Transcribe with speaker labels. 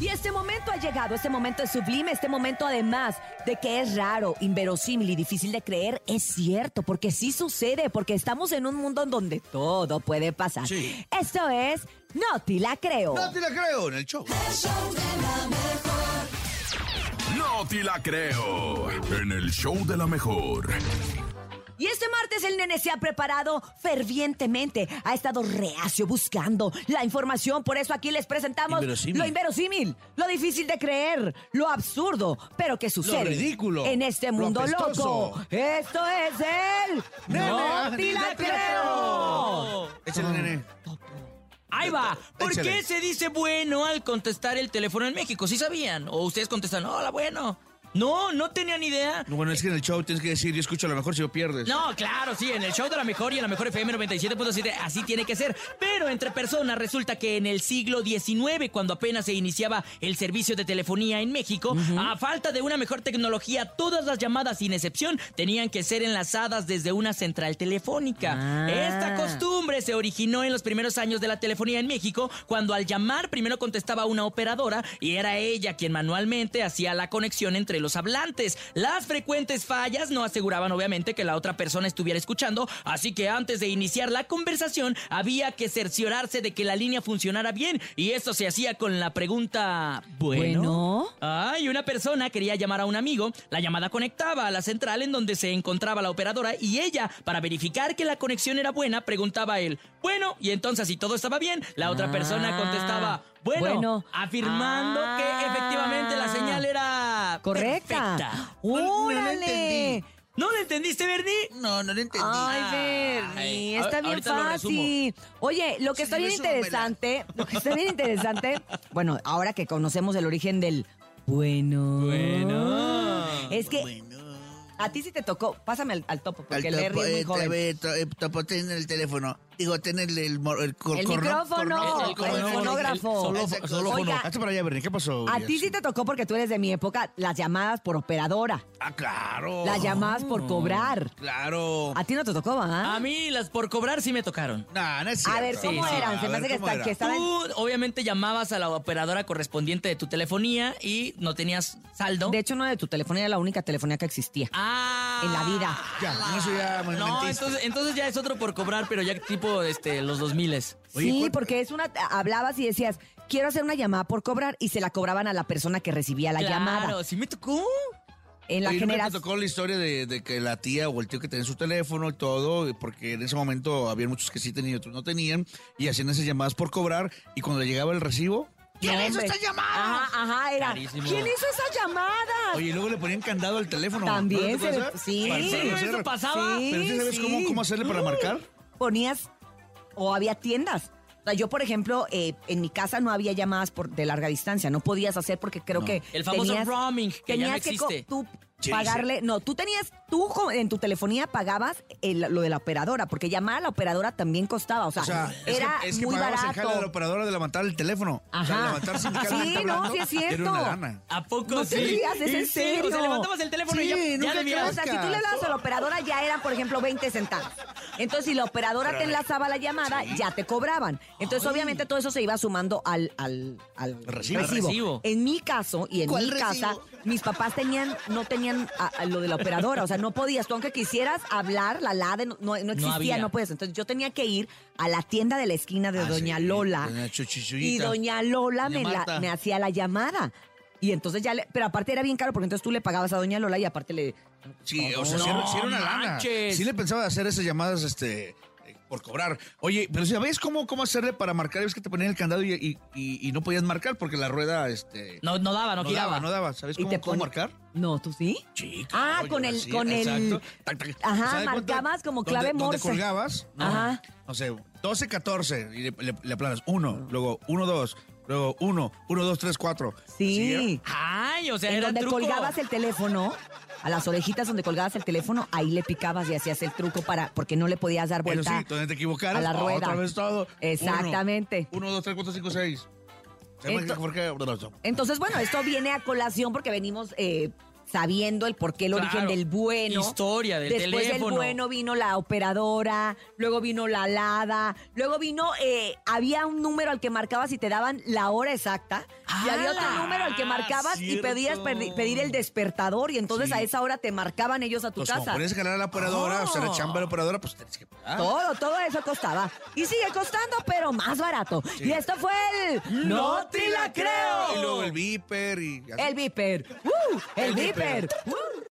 Speaker 1: Y este momento ha llegado, este momento es sublime, este momento además de que es raro, inverosímil y difícil de creer, es cierto, porque sí sucede, porque estamos en un mundo en donde todo puede pasar.
Speaker 2: Sí.
Speaker 1: Esto es No te la creo.
Speaker 2: No te la creo en el show.
Speaker 3: No te la creo. En el show de la mejor.
Speaker 1: Y este martes el nene se ha preparado fervientemente, ha estado reacio buscando la información, por eso aquí les presentamos
Speaker 2: Inverosímil.
Speaker 1: lo inverosímil, lo difícil de creer, lo absurdo, pero que sucede
Speaker 2: ridículo,
Speaker 1: en este
Speaker 2: lo
Speaker 1: mundo
Speaker 2: apestoso.
Speaker 1: loco. Esto es el
Speaker 2: Nene, ah,
Speaker 1: No te
Speaker 2: nene,
Speaker 1: la
Speaker 2: no te la
Speaker 1: creo.
Speaker 2: Échale, nene.
Speaker 4: Ahí va. ¿Por
Speaker 2: Échale.
Speaker 4: qué se dice bueno al contestar el teléfono en México? ¿Sí sabían? ¿O ustedes contestan, hola, bueno? No, no tenían idea.
Speaker 2: No, Bueno, es que en el show tienes que decir, yo escucho a lo mejor si lo pierdes.
Speaker 4: No, claro, sí, en el show de la mejor y en la mejor FM 97.7, así tiene que ser. Pero entre personas resulta que en el siglo XIX, cuando apenas se iniciaba el servicio de telefonía en México, a falta de una mejor tecnología, todas las llamadas sin excepción tenían que ser enlazadas desde una central telefónica.
Speaker 1: Ah.
Speaker 4: Esta costumbre se originó en los primeros años de la telefonía en México, cuando al llamar primero contestaba una operadora y era ella quien manualmente hacía la conexión entre los hablantes. Las frecuentes fallas no aseguraban obviamente que la otra persona estuviera escuchando, así que antes de iniciar la conversación había que cerciorarse de que la línea funcionara bien y esto se hacía con la pregunta,
Speaker 1: Bueno.
Speaker 4: bueno, Ah, y una persona quería llamar a un amigo. La llamada conectaba a la central en donde se encontraba la operadora y ella, para verificar que la conexión era buena, preguntaba a él, bueno, y entonces si todo estaba bien, la otra
Speaker 1: Ah,
Speaker 4: persona contestaba, bueno,
Speaker 1: bueno.
Speaker 4: afirmando
Speaker 1: Ah.
Speaker 4: que efectivamente la señal era
Speaker 1: Correcta.
Speaker 4: perfecta.
Speaker 1: ¡Órale!
Speaker 4: ¿No lo entendiste, Bernie?
Speaker 2: No, no lo entendí.
Speaker 1: Ay,
Speaker 4: Ay,
Speaker 1: Bernie, está
Speaker 4: a-
Speaker 1: bien
Speaker 4: ahorita lo
Speaker 1: fácil. Oye, lo que
Speaker 2: Sí,
Speaker 1: está bien
Speaker 2: resúmela.
Speaker 1: interesante, lo que está bien interesante, bueno, ahora que conocemos el origen del bueno,
Speaker 4: Bueno.
Speaker 1: es que
Speaker 2: Bueno.
Speaker 1: a ti sí te tocó, pásame al, al topo, porque
Speaker 2: Al
Speaker 1: el Berry
Speaker 2: topo,
Speaker 1: es muy
Speaker 2: eh,
Speaker 1: joven.
Speaker 2: a ver, to- eh, topo, ten el teléfono. Digo, ten el, el, mor- el, cor-
Speaker 1: El
Speaker 2: corno-
Speaker 1: micrófono,
Speaker 2: corno-
Speaker 1: el
Speaker 2: corno-
Speaker 1: fonógrafo.
Speaker 2: el- el-
Speaker 1: Oiga,
Speaker 2: el- solófono. Hazte para allá, Bernie, ¿qué pasó?
Speaker 1: A ti sí te tocó porque tú eres de mi época, las llamadas por operadora,
Speaker 2: Ah, claro.
Speaker 1: las llamadas por cobrar.
Speaker 2: Claro.
Speaker 1: A ti no te tocó, ¿va?
Speaker 4: A mí las por cobrar sí me tocaron.
Speaker 2: Nah, no es
Speaker 1: A
Speaker 2: cierto.
Speaker 1: ver, ¿cómo
Speaker 2: Sí, sí.
Speaker 1: eran?
Speaker 2: A
Speaker 1: Se me
Speaker 2: ver,
Speaker 1: hace que
Speaker 2: ¿cómo
Speaker 1: está-
Speaker 2: era?
Speaker 1: que estaban...
Speaker 4: Tú obviamente llamabas a la operadora correspondiente de tu telefonía y no tenías saldo.
Speaker 1: De hecho, no de tu telefonía, era la única telefonía que existía.
Speaker 4: Ah.
Speaker 1: En la vida.
Speaker 2: Ya, con eso ya me
Speaker 4: No,
Speaker 2: mentiste.
Speaker 4: entonces, entonces ya es otro por cobrar, pero ya tipo este, los 2000
Speaker 2: Oye,
Speaker 1: sí,
Speaker 2: ¿cuánto-
Speaker 1: porque es una hablabas y decías, quiero hacer una llamada por cobrar y se la cobraban a la persona que recibía la
Speaker 4: claro,
Speaker 1: llamada.
Speaker 4: sí me tocó.
Speaker 1: En la
Speaker 2: Oye, ¿nunca te
Speaker 1: generación
Speaker 2: tocó la historia de, de que la tía o el tío que tenía su teléfono y todo, y porque en ese momento había muchos que sí tenían y otros no tenían, y hacían esas llamadas por cobrar, y cuando le llegaba el recibo, ¿quién este
Speaker 1: No,
Speaker 2: hizo
Speaker 1: hombre.
Speaker 2: esta llamada?
Speaker 1: Ajá, ajá, era.
Speaker 4: Carísimo.
Speaker 1: ¿Quién hizo esa llamada?
Speaker 2: Oye, y luego le ponían candado al teléfono.
Speaker 1: También
Speaker 2: te
Speaker 1: se-
Speaker 2: pasa?
Speaker 1: sí.
Speaker 2: Para
Speaker 1: ¿En
Speaker 2: no
Speaker 1: serio
Speaker 4: eso
Speaker 2: conocer.
Speaker 4: pasaba?
Speaker 1: Sí,
Speaker 2: Pero ¿sí sabes
Speaker 1: sí. Mm.
Speaker 2: cómo, cómo hacerle para marcar?
Speaker 1: Ponías o había tiendas. O sea, yo, por ejemplo, eh, en mi casa no había llamadas por, de larga distancia. No podías hacer porque creo
Speaker 2: No.
Speaker 1: que.
Speaker 4: El famoso
Speaker 1: tenías-
Speaker 4: roaming, que ya
Speaker 1: tenías
Speaker 4: no
Speaker 1: co-
Speaker 4: existe.
Speaker 1: tú
Speaker 2: Sí,
Speaker 1: pagarle. No, tú tenías. Tú jo- en tu telefonía pagabas el- lo de la operadora, porque llamar a la operadora también costaba. O sea,
Speaker 2: O sea, es
Speaker 1: era
Speaker 2: que, es que
Speaker 1: muy
Speaker 2: pagabas el
Speaker 1: barato.
Speaker 2: jale de la operadora de levantar el teléfono. O sea,
Speaker 1: Ajá.
Speaker 2: levantar sindicalmente
Speaker 1: Sí, no,
Speaker 2: hablando,
Speaker 1: sí es cierto.
Speaker 2: Era una lana.
Speaker 4: ¿A poco
Speaker 1: No
Speaker 4: sí?
Speaker 1: te rías, es en
Speaker 4: O sea,
Speaker 1: serio.
Speaker 4: levantabas el teléfono
Speaker 2: Sí,
Speaker 4: y ya,
Speaker 2: nunca
Speaker 4: ya debías.
Speaker 1: O sea, si tú le hablabas a la operadora, ya eran, por ejemplo, 20 centavos. Entonces, si la operadora te enlazaba la llamada, ya te cobraban. Entonces, obviamente, todo eso se iba sumando al, al, al
Speaker 2: Recibo.
Speaker 1: recibo.
Speaker 4: Al recibo.
Speaker 1: En mi caso y en mi
Speaker 2: ¿Cuál
Speaker 1: casa,
Speaker 2: recibo?
Speaker 1: mis papás tenían, no tenían a- a lo de la operadora. O sea, no podías. Tú, aunque quisieras hablar, la LADE no, no- no existía,
Speaker 4: había.
Speaker 1: no, podías. Entonces, yo tenía que ir a la tienda de la esquina de
Speaker 2: Ah,
Speaker 1: Doña
Speaker 2: sí,
Speaker 1: Lola.
Speaker 2: doña Chuchichuyita.
Speaker 1: y Doña Lola
Speaker 2: Doña
Speaker 1: me, la-
Speaker 2: Marta.
Speaker 1: me hacía la llamada. Y entonces ya le, pero aparte era bien caro porque entonces tú le pagabas a Doña Lola y aparte le
Speaker 2: Sí, o sea, sí, era, sí era una lana.
Speaker 4: manches.
Speaker 2: Sí le pensaba hacer esas llamadas, este, eh, por cobrar. Oye, pero ¿sabes cómo, cómo hacerle para marcar? Es que te ponían el candado y, y- y- y no podías marcar porque la rueda, este...
Speaker 4: No, no daba, no,
Speaker 2: no
Speaker 4: giraba.
Speaker 2: daba, no daba. ¿Sabes
Speaker 1: Y
Speaker 2: cómo,
Speaker 1: te
Speaker 2: cómo
Speaker 1: pone-
Speaker 2: marcar?
Speaker 1: No, ¿tú sí?
Speaker 2: Sí,
Speaker 1: Ah,
Speaker 2: claro,
Speaker 1: con
Speaker 2: yo
Speaker 1: el-
Speaker 2: así,
Speaker 1: con el-
Speaker 2: exacto. Tac, tac.
Speaker 1: Ajá,
Speaker 2: O sea, de cuenta,
Speaker 1: marcabas como
Speaker 2: donde-
Speaker 1: clave
Speaker 2: Donde
Speaker 1: Morse.
Speaker 2: colgabas, no,
Speaker 1: Ajá.
Speaker 2: no sé, 12, 14, y le, le, le aplanas 1, luego 1, 2, luego 1, 1, 2, 3, 4.
Speaker 1: Sí.
Speaker 4: Ay, o sea,
Speaker 1: En
Speaker 4: era
Speaker 1: donde
Speaker 4: truco.
Speaker 1: colgabas el teléfono, a las orejitas donde colgabas el teléfono, ahí le picabas y hacías el truco para, porque no le podías dar
Speaker 2: Pero
Speaker 1: vuelta.
Speaker 2: sí, donde te equivocaras, ah,
Speaker 1: a la rueda.
Speaker 2: otra vez todo.
Speaker 1: Exactamente.
Speaker 2: 1, 2, 3, 4, 5, 6.
Speaker 1: Ento- Entonces, bueno, esto viene a colación porque venimos eh, sabiendo el porqué, el origen
Speaker 4: Claro.
Speaker 1: del bueno.
Speaker 4: Historia del
Speaker 1: Después
Speaker 4: teléfono.
Speaker 1: del bueno vino la operadora, luego vino la alada, luego vino, eh, había un número al que marcabas y te daban la hora exacta. Y había
Speaker 4: ¡Hala!
Speaker 1: otro número al que marcabas y pedías
Speaker 4: Ah, Cierto.
Speaker 1: perdi- pedir el despertador y entonces a esa hora te marcaban ellos a
Speaker 4: Pues
Speaker 1: tu
Speaker 2: Entonces, como
Speaker 1: casa.
Speaker 2: pones a ganar a la operadora, o sea, la
Speaker 1: Oh.
Speaker 2: chamba de la operadora, pues tienes que
Speaker 4: ¿ah?
Speaker 2: pagar.
Speaker 1: Todo, todo eso costaba. Y sigue costando, pero más barato. Y esto fue el...
Speaker 4: ¡No te la creo!
Speaker 2: Y luego el viper y... así.
Speaker 1: El Viper. ¡Uh! El,
Speaker 2: El
Speaker 1: Viper.
Speaker 2: Viper.
Speaker 1: ¡Uh!